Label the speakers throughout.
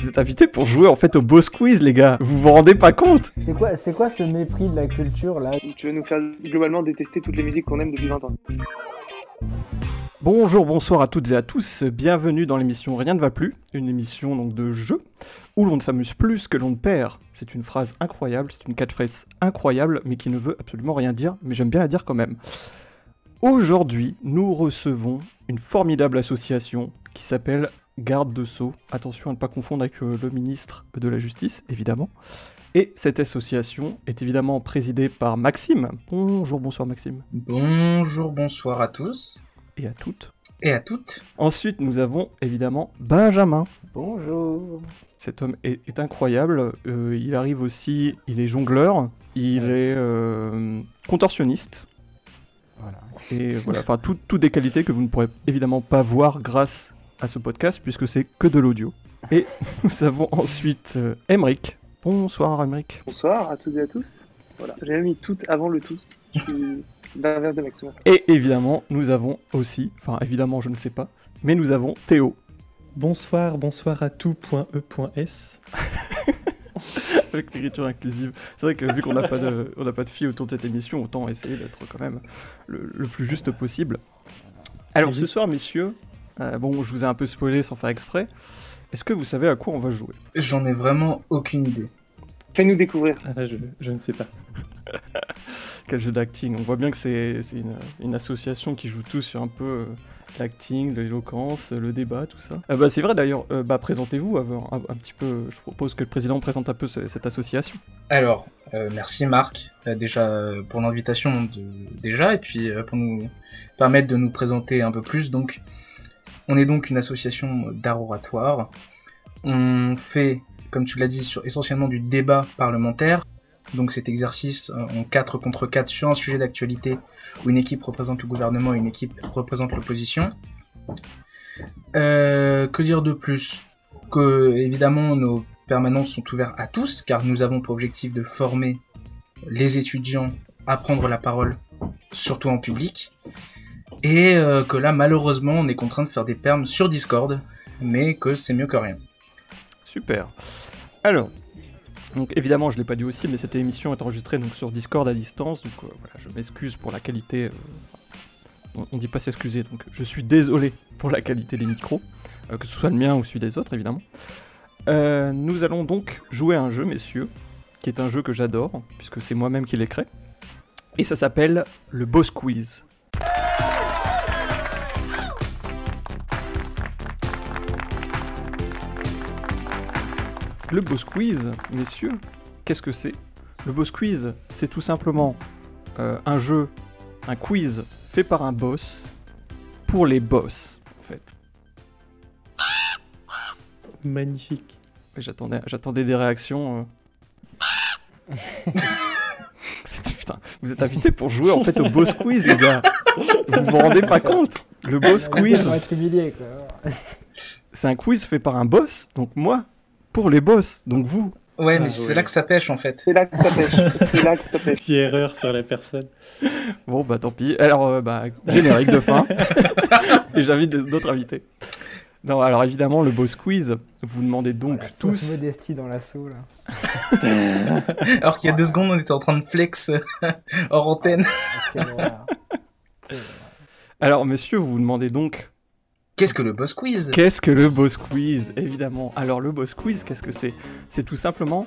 Speaker 1: Vous êtes invités pour jouer en fait au beau squeeze, les gars. Vous vous rendez pas compte
Speaker 2: C'est quoi, c'est quoi ce mépris de la culture là
Speaker 3: Tu veux nous faire globalement détester toutes les musiques qu'on aime depuis 20 ans.
Speaker 1: Bonjour, bonsoir à toutes et à tous. Bienvenue dans l'émission Rien ne va plus, une émission donc de jeu où l'on ne s'amuse plus que l'on ne perd. C'est une phrase incroyable, c'est une catchphrase incroyable, mais qui ne veut absolument rien dire, mais j'aime bien la dire quand même. Aujourd'hui, nous recevons une formidable association qui s'appelle Garde de Sceaux. Attention à ne pas confondre avec euh, le ministre de la Justice, évidemment. Et cette association est évidemment présidée par Maxime. Bonjour, bonsoir Maxime.
Speaker 4: Bonjour, bonsoir à tous
Speaker 1: Et à toutes.
Speaker 4: et à toutes.
Speaker 1: Ensuite, nous avons évidemment Benjamin.
Speaker 2: Bonjour.
Speaker 1: Cet homme est, est incroyable. Euh, il arrive aussi, il est jongleur, il est euh, contorsionniste.
Speaker 2: Voilà.
Speaker 1: Et voilà, enfin, tout- toutes des qualités que vous ne pourrez évidemment pas voir grâce à ce podcast, puisque c'est que de l'audio. Et nous avons ensuite euh, Emric. Bonsoir, Emric.
Speaker 3: Bonsoir à toutes et à tous. Voilà, j'avais mis toutes avant le tous. Je suis L'inverse de Maxime.
Speaker 1: Et évidemment, nous avons aussi, enfin, évidemment, je ne sais pas, mais nous avons Théo.
Speaker 5: Bonsoir, bonsoir à e tout.e.s.
Speaker 1: Avec l'écriture inclusive. C'est vrai que vu qu'on n'a pas de, on n'a pas de filles autour de cette émission, autant essayer d'être quand même le, le plus juste possible. Alors ce soir, messieurs, euh, bon, je vous ai un peu spoilé sans faire exprès. Est-ce que vous savez à quoi on va jouer
Speaker 4: J'en ai vraiment aucune idée.
Speaker 3: Fais-nous découvrir.
Speaker 5: Ah, là, je, je ne sais pas.
Speaker 1: Quel jeu d'acting On voit bien que c'est c'est une, une association qui joue tout sur un peu euh, l'acting, l'éloquence, le débat, tout ça. Euh, bah, c'est vrai d'ailleurs, euh, bah, présentez-vous avant, un, un petit peu. Je propose que le président présente un peu ce- cette association.
Speaker 4: Alors, euh, merci Marc, euh, déjà euh, pour l'invitation de- déjà, et puis euh, pour nous permettre de nous présenter un peu plus. Donc, on est donc une association d'art oratoire. On fait, comme tu l'as dit, sur, essentiellement du débat parlementaire. Donc cet exercice euh, en 4 contre 4 sur un sujet d'actualité où une équipe représente le gouvernement et une équipe représente l'opposition. Euh, que dire de plus Que évidemment nos permanences sont ouvertes à tous car nous avons pour objectif de former les étudiants à prendre la parole, surtout en public. Et euh, que là malheureusement on est contraint de faire des permes sur Discord, mais que c'est mieux que rien.
Speaker 1: Super. Alors, donc évidemment, je ne l'ai pas dit aussi, mais cette émission est enregistrée donc, sur Discord à distance. Donc euh, voilà, je m'excuse pour la qualité. euh, on- on ne dit pas s'excuser, donc je suis désolé pour la qualité des micros, euh, que ce soit le mien ou celui des autres, évidemment. Euh, nous allons donc jouer à un jeu, messieurs, qui est un jeu que j'adore, puisque c'est moi-même qui l'ai créé. Et ça s'appelle le Boss Quiz. Le beau squeeze, messieurs, qu'est-ce que c'est Le beau squeeze, c'est tout simplement euh, un jeu, un quiz fait par un boss pour les boss, en fait.
Speaker 5: Magnifique.
Speaker 1: Et J'attendais, j'attendais des réactions. euh. C'était- putain, vous êtes invités pour jouer en fait au beau squeeze, les gars. Vous vous rendez pas compte Le beau squeeze.
Speaker 2: On va être humilié quoi.
Speaker 1: C'est un quiz fait par un boss, donc moi, pour les boss, donc vous.
Speaker 4: Ouais, mais
Speaker 5: Ah,
Speaker 4: c'est
Speaker 5: ouais.
Speaker 4: là que ça pêche en fait.
Speaker 3: C'est là que ça pêche. C'est là que ça pêche.
Speaker 5: Qui erreur sur la personne.
Speaker 1: Bon, bah tant pis. Alors, euh, bah, générique de fin. Et j'invite les autres invités. Non, alors évidemment, le beau squeeze, vous demandez donc
Speaker 2: Tous
Speaker 1: tous.
Speaker 2: modestie dans l'assaut là.
Speaker 4: Alors qu'il y a deux secondes on était en train de flex euh, hors antenne.
Speaker 2: Quelle horreur. Quelle horreur.
Speaker 1: Alors, messieurs, vous vous demandez donc
Speaker 4: Qu'est-ce que le boss quiz
Speaker 1: Qu'est-ce que le beau squeeze Évidemment. Alors le beau squeeze, qu'est-ce que c'est C'est tout simplement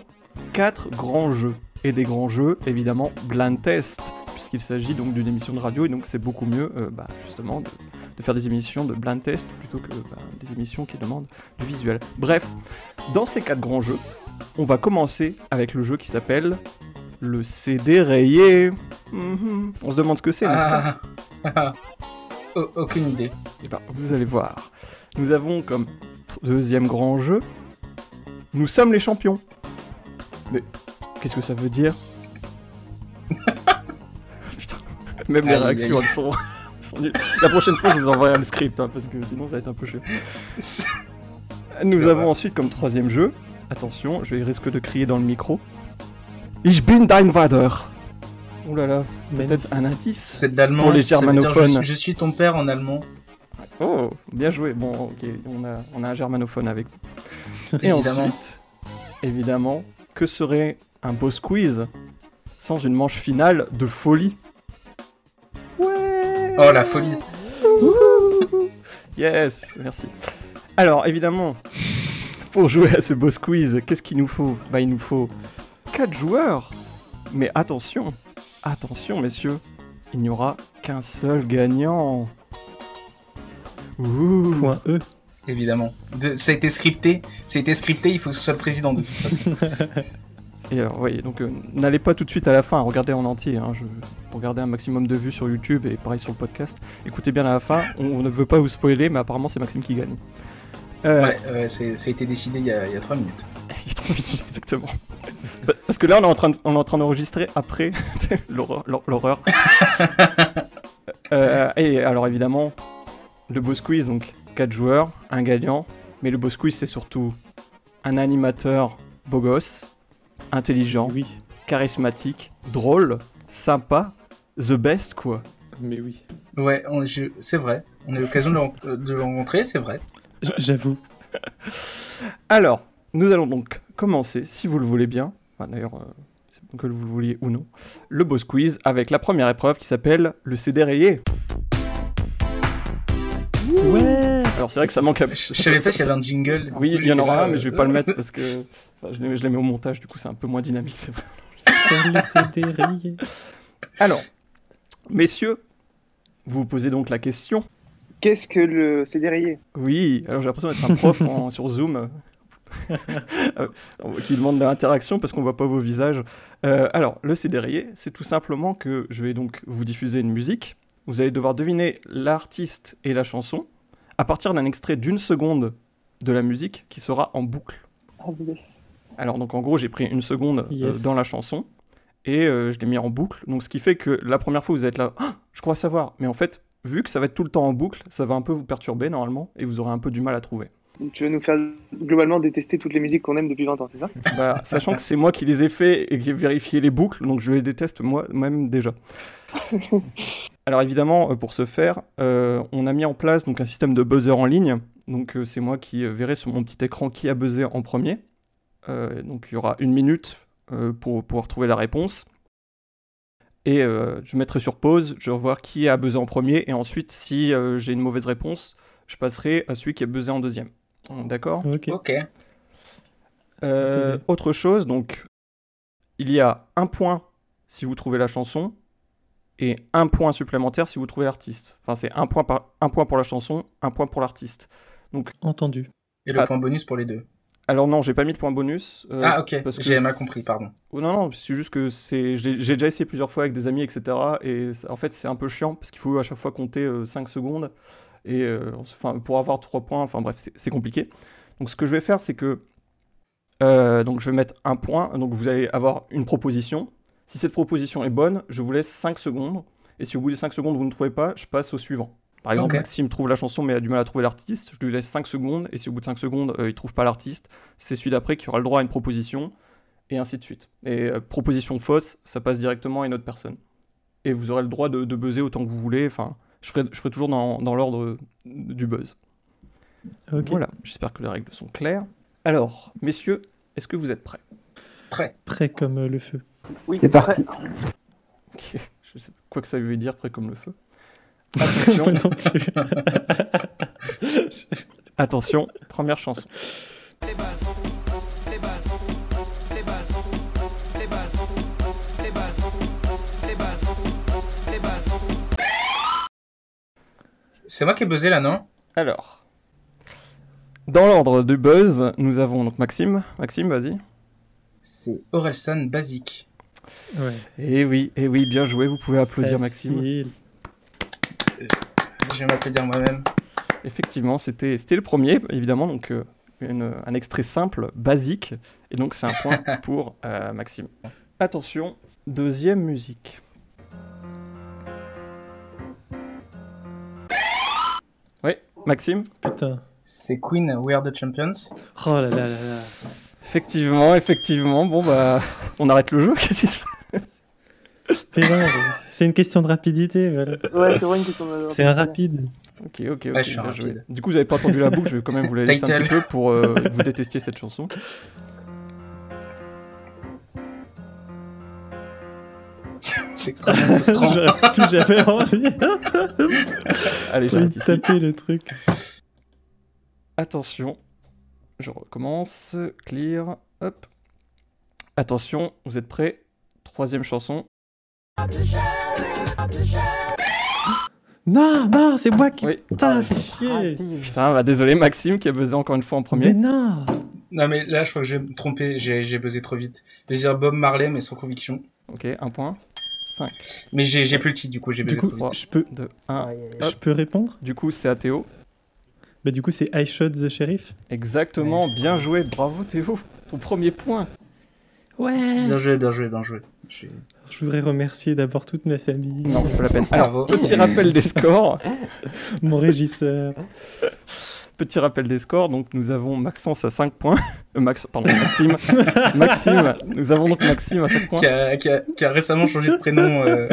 Speaker 1: quatre grands jeux. Et des grands jeux, évidemment, blind test, puisqu'il s'agit donc d'une émission de radio, et donc c'est beaucoup mieux, euh, bah, justement, de, de faire des émissions de blind test plutôt que bah, des émissions qui demandent du visuel. Bref, dans ces quatre grands jeux, on va commencer avec le jeu qui s'appelle le CD rayé. Mhm. On se demande ce que c'est, n'est-ce pas
Speaker 4: Ah, ah, ah. Aucune idée.
Speaker 1: eh ben, vous allez voir. Nous avons comme deuxième grand jeu, nous sommes les champions. Mais qu'est-ce que ça veut dire Putain, même les
Speaker 4: Aïe, aïe,
Speaker 1: réactions,
Speaker 4: aïe.
Speaker 1: elles sont, sont nulles. La prochaine fois, je vous enverrai le script, hein, parce que sinon, ça va être un peu chiant. Nous
Speaker 4: Ouais.
Speaker 1: avons ensuite comme troisième jeu, attention, je risque de crier dans le micro. Ich bin dein Vader. Oh là là,
Speaker 5: Magnifique. Ben
Speaker 1: peut-être un indice.
Speaker 4: C'est de l'allemand.
Speaker 1: Pour les
Speaker 4: ça veut dire
Speaker 1: germanophones.
Speaker 4: Je, suis- je suis ton père en allemand.
Speaker 1: Oh, bien joué. Bon, ok, on a, on a un germanophone avec nous. Et
Speaker 4: Évidemment.
Speaker 1: ensuite, évidemment, que serait un beau squeeze sans une manche finale de folie Ouais
Speaker 4: Oh la folie
Speaker 1: Yes, merci. Alors, évidemment, pour jouer à ce beau squeeze, qu'est-ce qu'il nous faut Bah, il nous faut 4 joueurs. Mais attention, attention, messieurs, il n'y aura qu'un seul gagnant. Ouh.
Speaker 5: Point E.
Speaker 4: Évidemment. De- ça a été scripté. Ça a été scripté, il faut que ce soit le président de toute façon.
Speaker 1: Et alors, voyez, donc euh, n'allez pas tout de suite à la fin, regardez en entier. Hein, je... pour garder un maximum de vues sur YouTube et pareil sur le podcast. Écoutez bien à la fin, on, on ne veut pas vous spoiler, mais apparemment c'est Maxime qui gagne. Euh,
Speaker 4: Ouais, euh, c'est- ça a été décidé il y a, il y a trois minutes.
Speaker 1: Il est trop vite, exactement. Pa- Parce que là, on est en train, de- on est en train d'enregistrer après l'horreur. l'hor- l'horreur. Euh, et alors, évidemment, le beau squeeze, donc 4 joueurs, un gagnant. Mais le beau squeeze, c'est surtout un animateur beau gosse, intelligent,
Speaker 5: Oui,
Speaker 1: charismatique, drôle, sympa, the best, quoi.
Speaker 5: mais oui.
Speaker 4: Ouais, on- je- c'est vrai. On a eu l'occasion de le ren- euh, de le rencontrer, c'est vrai.
Speaker 5: J- J'avoue.
Speaker 1: Alors, nous allons donc commencer, si vous le voulez bien, enfin, d'ailleurs, euh, c'est bon que vous le vouliez ou non, le beau squeeze avec la première épreuve qui s'appelle le CD rayé.
Speaker 5: Ouais
Speaker 1: Alors, c'est vrai que ça manque à.
Speaker 4: Je, je savais pas s'il y avait un jingle.
Speaker 1: Oui, il y en
Speaker 4: J'étais
Speaker 1: aura
Speaker 4: là,
Speaker 1: un, mais je vais
Speaker 4: euh,
Speaker 1: pas le mettre parce que enfin, je, les, je les mets au montage, du coup, c'est un peu moins dynamique, c'est vrai.
Speaker 5: Sur le CD rayé.
Speaker 1: Alors, messieurs, vous vous posez donc la question.
Speaker 3: Qu'est-ce que le CD rayé
Speaker 1: Oui, alors j'ai l'impression d'être un prof en- sur Zoom euh, qui demande de l'interaction parce qu'on voit pas vos visages. Euh, alors, le CDRIE, c'est tout simplement que je vais donc vous diffuser une musique. Vous allez devoir deviner l'artiste et la chanson à partir d'un extrait d'une seconde de la musique qui sera en boucle.
Speaker 3: Ah, yes.
Speaker 1: Alors, donc en gros, j'ai pris une seconde euh,
Speaker 5: Yes.
Speaker 1: dans la chanson et euh, je l'ai mis en boucle. Donc, ce qui fait que la première fois, vous êtes là, Ah, je crois savoir. Mais en fait, vu que ça va être tout le temps en boucle, ça va un peu vous perturber normalement et vous aurez un peu du mal à trouver.
Speaker 3: Donc, tu vas nous faire globalement détester toutes les musiques qu'on aime depuis 20 ans, c'est ça
Speaker 1: Bah, sachant que c'est moi qui les ai faits et que j'ai vérifié les boucles, donc je les déteste moi-même déjà. Alors évidemment, euh, pour ce faire, euh, on a mis en place donc un système de buzzer en ligne. Donc euh, c'est moi qui euh, verrai sur mon petit écran qui a buzzé en premier. Euh, donc il y aura une minute euh, pour pouvoir trouver la réponse. Et euh, je mettrai sur pause, je vais voir qui a buzzé en premier, et ensuite, si euh, j'ai une mauvaise réponse, je passerai à celui qui a buzzé en deuxième. D'accord
Speaker 5: Ok.
Speaker 4: Ok.
Speaker 1: euh,
Speaker 5: Intérêt.
Speaker 1: autre chose, donc, il y a un point si vous trouvez la chanson et un point supplémentaire si vous trouvez l'artiste. Enfin, c'est un point, par- un point pour la chanson, un point pour l'artiste.
Speaker 5: Entendu.
Speaker 4: Et le
Speaker 1: Ah.
Speaker 4: point bonus pour les deux.
Speaker 1: Alors non, j'ai pas mis de point bonus. euh,
Speaker 4: ah, ok.
Speaker 1: parce que
Speaker 4: J'ai mal
Speaker 1: c'est-
Speaker 4: compris, pardon.
Speaker 1: Oh, non, non, c'est juste que c'est, j'ai j'ai déjà essayé plusieurs fois avec des amis, etc. Et ça- en fait, c'est un peu chiant parce qu'il faut à chaque fois compter 5 secondes. Et euh, on se- enfin, pour avoir 3 points, enfin bref, c'est- c'est compliqué. Donc ce que je vais faire, c'est que euh, donc, je vais mettre un point. Donc vous allez avoir une proposition. Si cette proposition est bonne, je vous laisse 5 secondes. Et si au bout des 5 secondes, vous ne trouvez pas, je passe au suivant. Par exemple,
Speaker 4: Ok.
Speaker 1: Maxime trouve la chanson mais a du mal à trouver l'artiste, je lui laisse 5 secondes. Et si au bout de 5 secondes, euh, il trouve pas l'artiste, c'est celui d'après qui aura le droit à une proposition et ainsi de suite. Et euh, proposition fausse, ça passe directement à une autre personne. Et vous aurez le droit de, de buzzer autant que vous voulez. Enfin, je ferai, je ferai toujours dans, dans l'ordre du buzz.
Speaker 5: Ok.
Speaker 1: Voilà, j'espère que les règles sont claires. Alors, messieurs, est-ce que vous êtes prêts
Speaker 4: Très.
Speaker 5: Prêt comme euh, le feu.
Speaker 3: Oui,
Speaker 2: C'est parti.
Speaker 3: très-
Speaker 1: Ok, Je sais pas quoi que ça veut dire, prêt comme le feu.
Speaker 5: Moi
Speaker 1: Attention,
Speaker 5: non plus.
Speaker 1: attention, première chanson.
Speaker 4: C'est moi qui ai buzzé là, non
Speaker 1: Alors, dans l'ordre du buzz, nous avons donc Maxime. Maxime, vas-y.
Speaker 4: C'est Orelsan Basic.
Speaker 5: Ouais.
Speaker 1: Eh oui, eh oui, bien joué, vous pouvez applaudir Maxime.
Speaker 5: Facile.
Speaker 4: Je vais m'applaudir moi-même.
Speaker 1: Effectivement, c'était c'était le premier, évidemment, donc euh, une- un extrait simple, basique, et donc c'est un point pour euh, Maxime. Attention, deuxième musique. Oui, Maxime
Speaker 5: Putain.
Speaker 4: C'est Queen, We Are the Champions.
Speaker 5: Oh là là là là.
Speaker 1: Effectivement, effectivement, bon bah, on arrête le jeu, qu'est-ce qui se passe
Speaker 5: Mais non, mais c'est une question de rapidité. voilà.
Speaker 3: Ouais, c'est vraiment une question de.
Speaker 5: C'est un rapide.
Speaker 1: Ok, ok, ok.
Speaker 4: Ouais, je suis
Speaker 1: bien
Speaker 4: rapide.
Speaker 1: joué. Du coup, vous n'avez pas entendu la boucle, je vais quand même vous la laisser un
Speaker 4: Title.
Speaker 1: petit peu pour euh, que vous détestiez cette chanson.
Speaker 4: C'est extrêmement frustrant.
Speaker 5: J'aurais plus jamais envie
Speaker 1: Allez,
Speaker 5: de
Speaker 1: j'arrête
Speaker 5: lui
Speaker 1: ici.
Speaker 5: taper le truc.
Speaker 1: Attention, je recommence. Clear, hop. Attention, vous êtes prêts Troisième chanson.
Speaker 5: Non, non, c'est moi qui.
Speaker 1: Oui.
Speaker 5: Putain, fais
Speaker 2: Ah,
Speaker 5: chier.
Speaker 1: Putain, bah désolé Maxime qui a buzzé encore une fois en
Speaker 5: Mais
Speaker 1: premier.
Speaker 5: non.
Speaker 4: Non, mais là, je crois que j'ai trompé, j'ai j'ai buzzé trop vite. Je vais dire Bob Marley, mais sans conviction.
Speaker 1: Ok, un point. 5,
Speaker 4: Mais j'ai j'ai plus le titre, du coup, j'ai
Speaker 5: Du
Speaker 4: buzzé
Speaker 5: coup,
Speaker 4: trop vite.
Speaker 5: je peux,
Speaker 1: 2, 1.
Speaker 5: je peux répondre
Speaker 1: Du coup, c'est à Théo.
Speaker 5: Bah du coup, c'est I shot the sheriff.
Speaker 1: Exactement, bien joué, bravo Théo. Ton premier point.
Speaker 5: Ouais.
Speaker 4: Bien joué, bien joué, bien joué. J'ai-
Speaker 5: Je voudrais remercier d'abord toute ma famille,
Speaker 1: Non, c'est pas la peine. Alors,
Speaker 4: Bravo.
Speaker 1: petit rappel des scores.
Speaker 5: mon régisseur.
Speaker 1: Petit rappel des scores, donc nous avons Maxence à 5 points. Euh, Max, pardon, Maxime. Maxime, nous avons donc Maxime à 5 points.
Speaker 4: Qui a, qui a- qui a récemment changé de prénom. euh,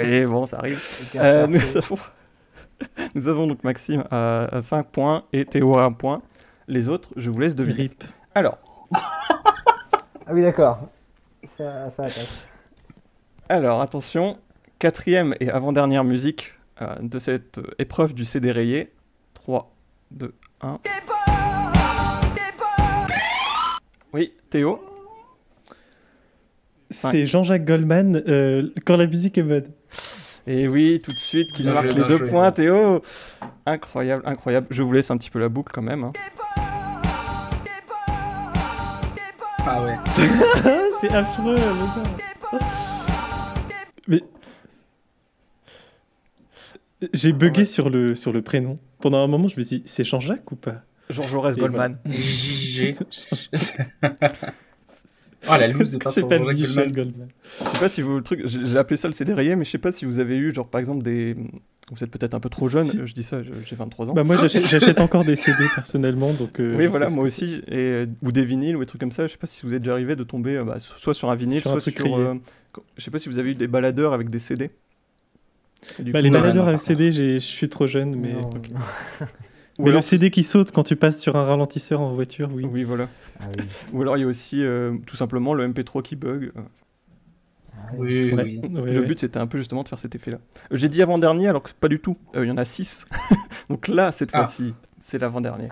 Speaker 1: Oui, bon, ça arrive. Euh, nous, avons... nous avons donc Maxime à 5 points et Théo à 1 point. Les autres, je vous laisse deviner.
Speaker 5: Rip.
Speaker 1: Alors,
Speaker 2: Ah oui, d'accord. Ça, ça attaque.
Speaker 1: alors attention, quatrième et avant-dernière musique euh, de cette euh, épreuve du CD rayé. 3, 2, 1. Oui, Théo,
Speaker 5: C'est Jean-Jacques Goldman euh, quand la musique est bonne.
Speaker 1: Et oui, tout de suite, qui
Speaker 4: Bien
Speaker 1: marque
Speaker 4: joué,
Speaker 1: les
Speaker 4: bien
Speaker 1: deux
Speaker 4: joué.
Speaker 1: points, Théo. Incroyable, incroyable. Je vous laisse un petit peu la boucle quand même. hein.
Speaker 4: Ah ouais.
Speaker 5: Ah, c'est affreux. mais non. Mais j'ai bugué sur le sur le prénom. Pendant un moment, je me suis dit, c'est Jean-Jacques ou pas
Speaker 1: Jean Jaurès
Speaker 5: Et
Speaker 1: Goldman.
Speaker 4: JJ. oh la loose
Speaker 5: Est-ce
Speaker 4: de
Speaker 5: que C'est
Speaker 4: partir
Speaker 5: pas
Speaker 4: pour Jean-Jacques
Speaker 5: Michel Goldman.
Speaker 4: Goldman.
Speaker 1: Je sais pas si vous le truc, j'ai j'ai appelé ça le CDRIE, mais je sais pas si vous avez eu genre par exemple des vous êtes peut-être un peu trop jeune, euh,
Speaker 5: Si.
Speaker 1: je dis ça, je- j'ai 23 ans.
Speaker 5: Bah moi, j'achète j'achète encore des CD personnellement, donc. euh,
Speaker 1: oui,
Speaker 5: je
Speaker 1: voilà,
Speaker 5: sais ce
Speaker 1: moi
Speaker 5: que c'est.
Speaker 1: aussi et euh, ou des vinyles ou des trucs comme ça, je sais pas si vous êtes déjà arrivé de tomber euh, bah, soit sur un vinyle,
Speaker 5: Sur un
Speaker 1: soit
Speaker 5: truc
Speaker 1: sur
Speaker 5: rayé.
Speaker 1: euh, je sais pas si vous avez eu des baladeurs avec des CD. Et du coup,
Speaker 5: Bah,
Speaker 1: euh,
Speaker 5: les
Speaker 4: Non,
Speaker 5: baladeurs
Speaker 4: non,
Speaker 5: à
Speaker 4: non.
Speaker 5: CD, j'ai- je suis trop jeune, mais.
Speaker 2: Non.
Speaker 5: Ok.
Speaker 1: ou
Speaker 5: Mais le
Speaker 1: alors-
Speaker 5: CD qui saute quand tu passes sur un ralentisseur en voiture, oui.
Speaker 1: oui, voilà.
Speaker 2: Ah oui.
Speaker 1: Ou alors il y a aussi euh, tout simplement le MP3 qui bug. euh,
Speaker 4: Oui,
Speaker 5: Ouais.
Speaker 4: oui.
Speaker 5: Ouais,
Speaker 1: le
Speaker 5: ouais.
Speaker 1: but c'était un peu justement de faire cet effet là. J'ai dit avant-dernier alors que c'est pas du tout. Euh, Il y en a 6. Donc là, cette
Speaker 4: Ah.
Speaker 1: fois-ci, c'est l'avant-dernier.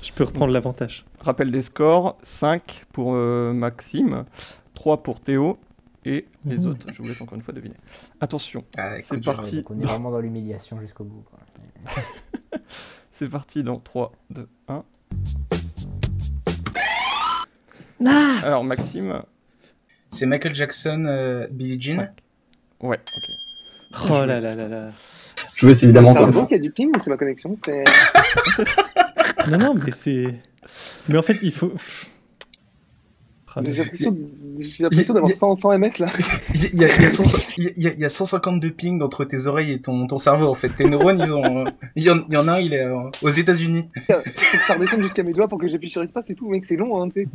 Speaker 5: Je peux reprendre l'avantage.
Speaker 1: Rappel des scores 5 pour euh, Maxime, 3 pour Théo et les
Speaker 5: Mhm.
Speaker 1: autres. Je vous laisse encore une fois deviner. Attention,
Speaker 4: Ah, écoute,
Speaker 1: c'est
Speaker 4: je-
Speaker 1: parti.
Speaker 2: Donc on est vraiment dans l'humiliation jusqu'au bout. Quoi.
Speaker 1: C'est parti dans 3, 2, 1. Alors Maxime,
Speaker 4: C'est Michael Jackson, euh, Billie Jean.
Speaker 1: ouais, ok.
Speaker 5: Oh là là là là.
Speaker 6: Je vous laisse évidemment
Speaker 3: C'est
Speaker 6: encore
Speaker 3: un
Speaker 6: une
Speaker 3: bon
Speaker 6: fois.
Speaker 3: qu'il y a du ping ou c'est ma connexion C'est
Speaker 5: Non, non, mais c'est. Mais en fait, il faut. Ah,
Speaker 3: J'ai
Speaker 5: mais-
Speaker 3: l'impression de- j'ai l'impression d'avoir 100, 100 MS là.
Speaker 4: Il y, a, il y a 100 il y a- il y a- il y a 150 de ping entre tes oreilles et ton, ton cerveau en fait. Tes neurones, ils ont. euh, Il y, en, il y en a un, il est euh, aux États-Unis.
Speaker 3: Faut que ça redescende jusqu'à mes doigts pour que j'appuie sur espace et tout, mec, c'est long, hein, tu sais.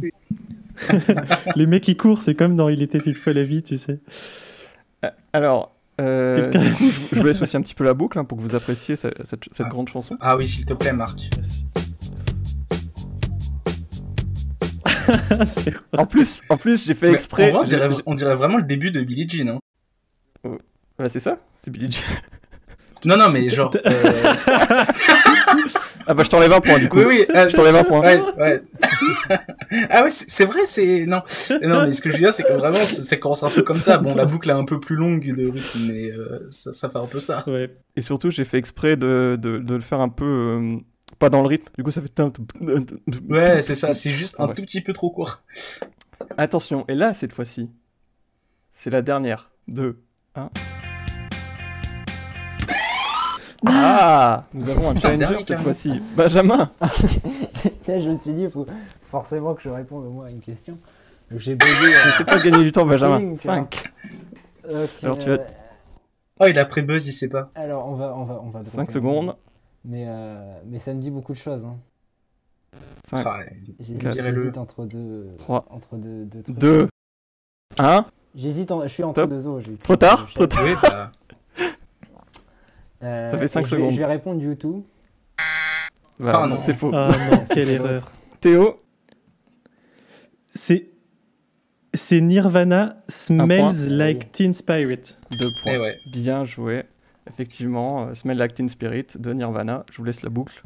Speaker 3: c'est-
Speaker 5: Les mecs qui courent, c'est comme dans Il était une fois la vie, tu sais.
Speaker 1: Alors, euh,
Speaker 5: Quelqu'un-
Speaker 1: du coup, je, vous- je vous laisse aussi un petit peu la boucle hein, pour que vous appréciez ce- cette, cette
Speaker 4: Ah.
Speaker 1: grande chanson.
Speaker 4: Ah oui, s'il te plaît, Marc.
Speaker 5: C'est vrai.
Speaker 1: En plus, en plus j'ai fait
Speaker 4: Mais
Speaker 1: exprès.
Speaker 4: en vrai, on,
Speaker 1: j'ai-
Speaker 4: dirait, on dirait vraiment le début de Billie Jean. hein.
Speaker 1: Bah, c'est ça C'est Billie Jean.
Speaker 4: Non, non, mais genre. euh,
Speaker 1: Ah bah je t'enlève un point du coup.
Speaker 4: Oui, oui. euh,
Speaker 1: Je t'enlève un point.
Speaker 4: Ouais, ouais. ah ouais, c'est c'est vrai, c'est. Non. non, mais ce que je veux dire, c'est que vraiment, ça ça commence un peu comme ça. Bon, la boucle est un peu plus longue de rythme, mais euh, ça, ça fait un peu ça.
Speaker 5: Ouais.
Speaker 1: Et surtout, j'ai fait exprès de, de, de le faire un peu. euh, pas dans le rythme. Du coup, ça fait. tin- tin- tin- tin-
Speaker 4: Ouais, c'est ça, c'est juste un
Speaker 1: Ouais.
Speaker 4: tout petit peu trop court.
Speaker 1: Attention, et là, cette fois-ci, c'est la dernière. 2, 1. Ah Nous avons un
Speaker 4: Putain,
Speaker 1: challenger
Speaker 4: dernier,
Speaker 1: cette
Speaker 4: carrément.
Speaker 1: fois-ci. Benjamin
Speaker 2: Là, je me suis dit, faut forcément que je réponde au moins à une question. Donc j'ai bugué.
Speaker 1: Je sais pas gagner du temps, Benjamin.
Speaker 2: Oui, c'est vrai.
Speaker 1: 5.
Speaker 2: euh, ok,
Speaker 1: Alors, tu vas-
Speaker 2: euh,
Speaker 4: Oh, il a pris buzz, il sait pas.
Speaker 2: alors, on va, on va, on va.
Speaker 1: 5
Speaker 2: dropper.
Speaker 1: secondes.
Speaker 2: Mais, euh, mais ça me dit beaucoup de choses. Hein.
Speaker 1: 5,
Speaker 4: Ah,
Speaker 2: J'hésite
Speaker 1: Quatre.
Speaker 2: j'hésite entre deux.
Speaker 1: Trois.
Speaker 2: Entre deux, deux trucs.
Speaker 1: 2, 1.
Speaker 2: J'hésite, en- je suis entre
Speaker 1: Top.
Speaker 2: deux eaux. j'ai-
Speaker 4: bah,
Speaker 1: Trop tard,
Speaker 2: je-
Speaker 1: trop tard.
Speaker 4: oui, bah.
Speaker 2: Euh,
Speaker 1: Ça fait cinq
Speaker 2: et je vais-
Speaker 1: secondes.
Speaker 2: Je vais répondre YouTube.
Speaker 1: Voilà,
Speaker 4: Ah,
Speaker 1: non,
Speaker 4: non.
Speaker 1: c'est faux.
Speaker 5: Ah non, quelle erreur.
Speaker 1: Théo,
Speaker 5: C'est. C'est Nirvana Smells Like Teen Spirit.
Speaker 1: deux points.
Speaker 4: Eh ouais.
Speaker 1: Bien joué. Effectivement, euh, Smell Like Teen Spirit de Nirvana. Je vous laisse la boucle.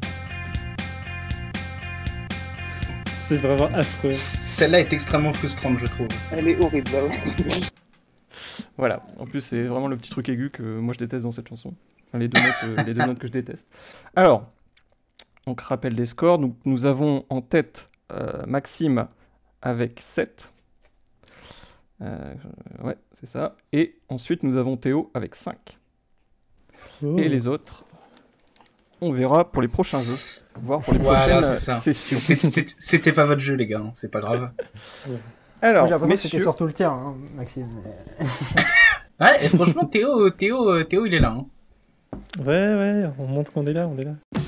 Speaker 5: C'est vraiment affreux.
Speaker 4: Celle-là est extrêmement frustrante, je trouve.
Speaker 3: Elle est horrible, là, ouais.
Speaker 1: Voilà. En plus, c'est vraiment le petit truc aigu que moi je déteste dans cette chanson. Enfin, les deux notes, euh, les deux notes que je déteste. Alors, donc rappel des scores. Nous, nous avons en tête euh, Maxime avec 7. Euh, ouais, c'est ça. Et ensuite, nous avons Théo avec 5.
Speaker 5: Oh.
Speaker 1: Et
Speaker 2: Mmh.
Speaker 1: les autres, on verra pour les prochains jeux, voire pour les
Speaker 4: Voilà,
Speaker 1: prochaines
Speaker 4: c'est ça.
Speaker 1: sessions.
Speaker 4: C'est- c'est- c'est- C'était pas votre jeu, les gars, hein, c'est pas grave.
Speaker 2: Moi,
Speaker 1: Alors,
Speaker 2: J'ai l'impression que c'était
Speaker 1: messieurs,
Speaker 2: surtout le tien, hein, Maxime. mais-
Speaker 4: Ouais, et franchement, Théo, Théo, Théo, il est là. hein.
Speaker 5: Ouais, ouais, on montre qu'on est là, on est là.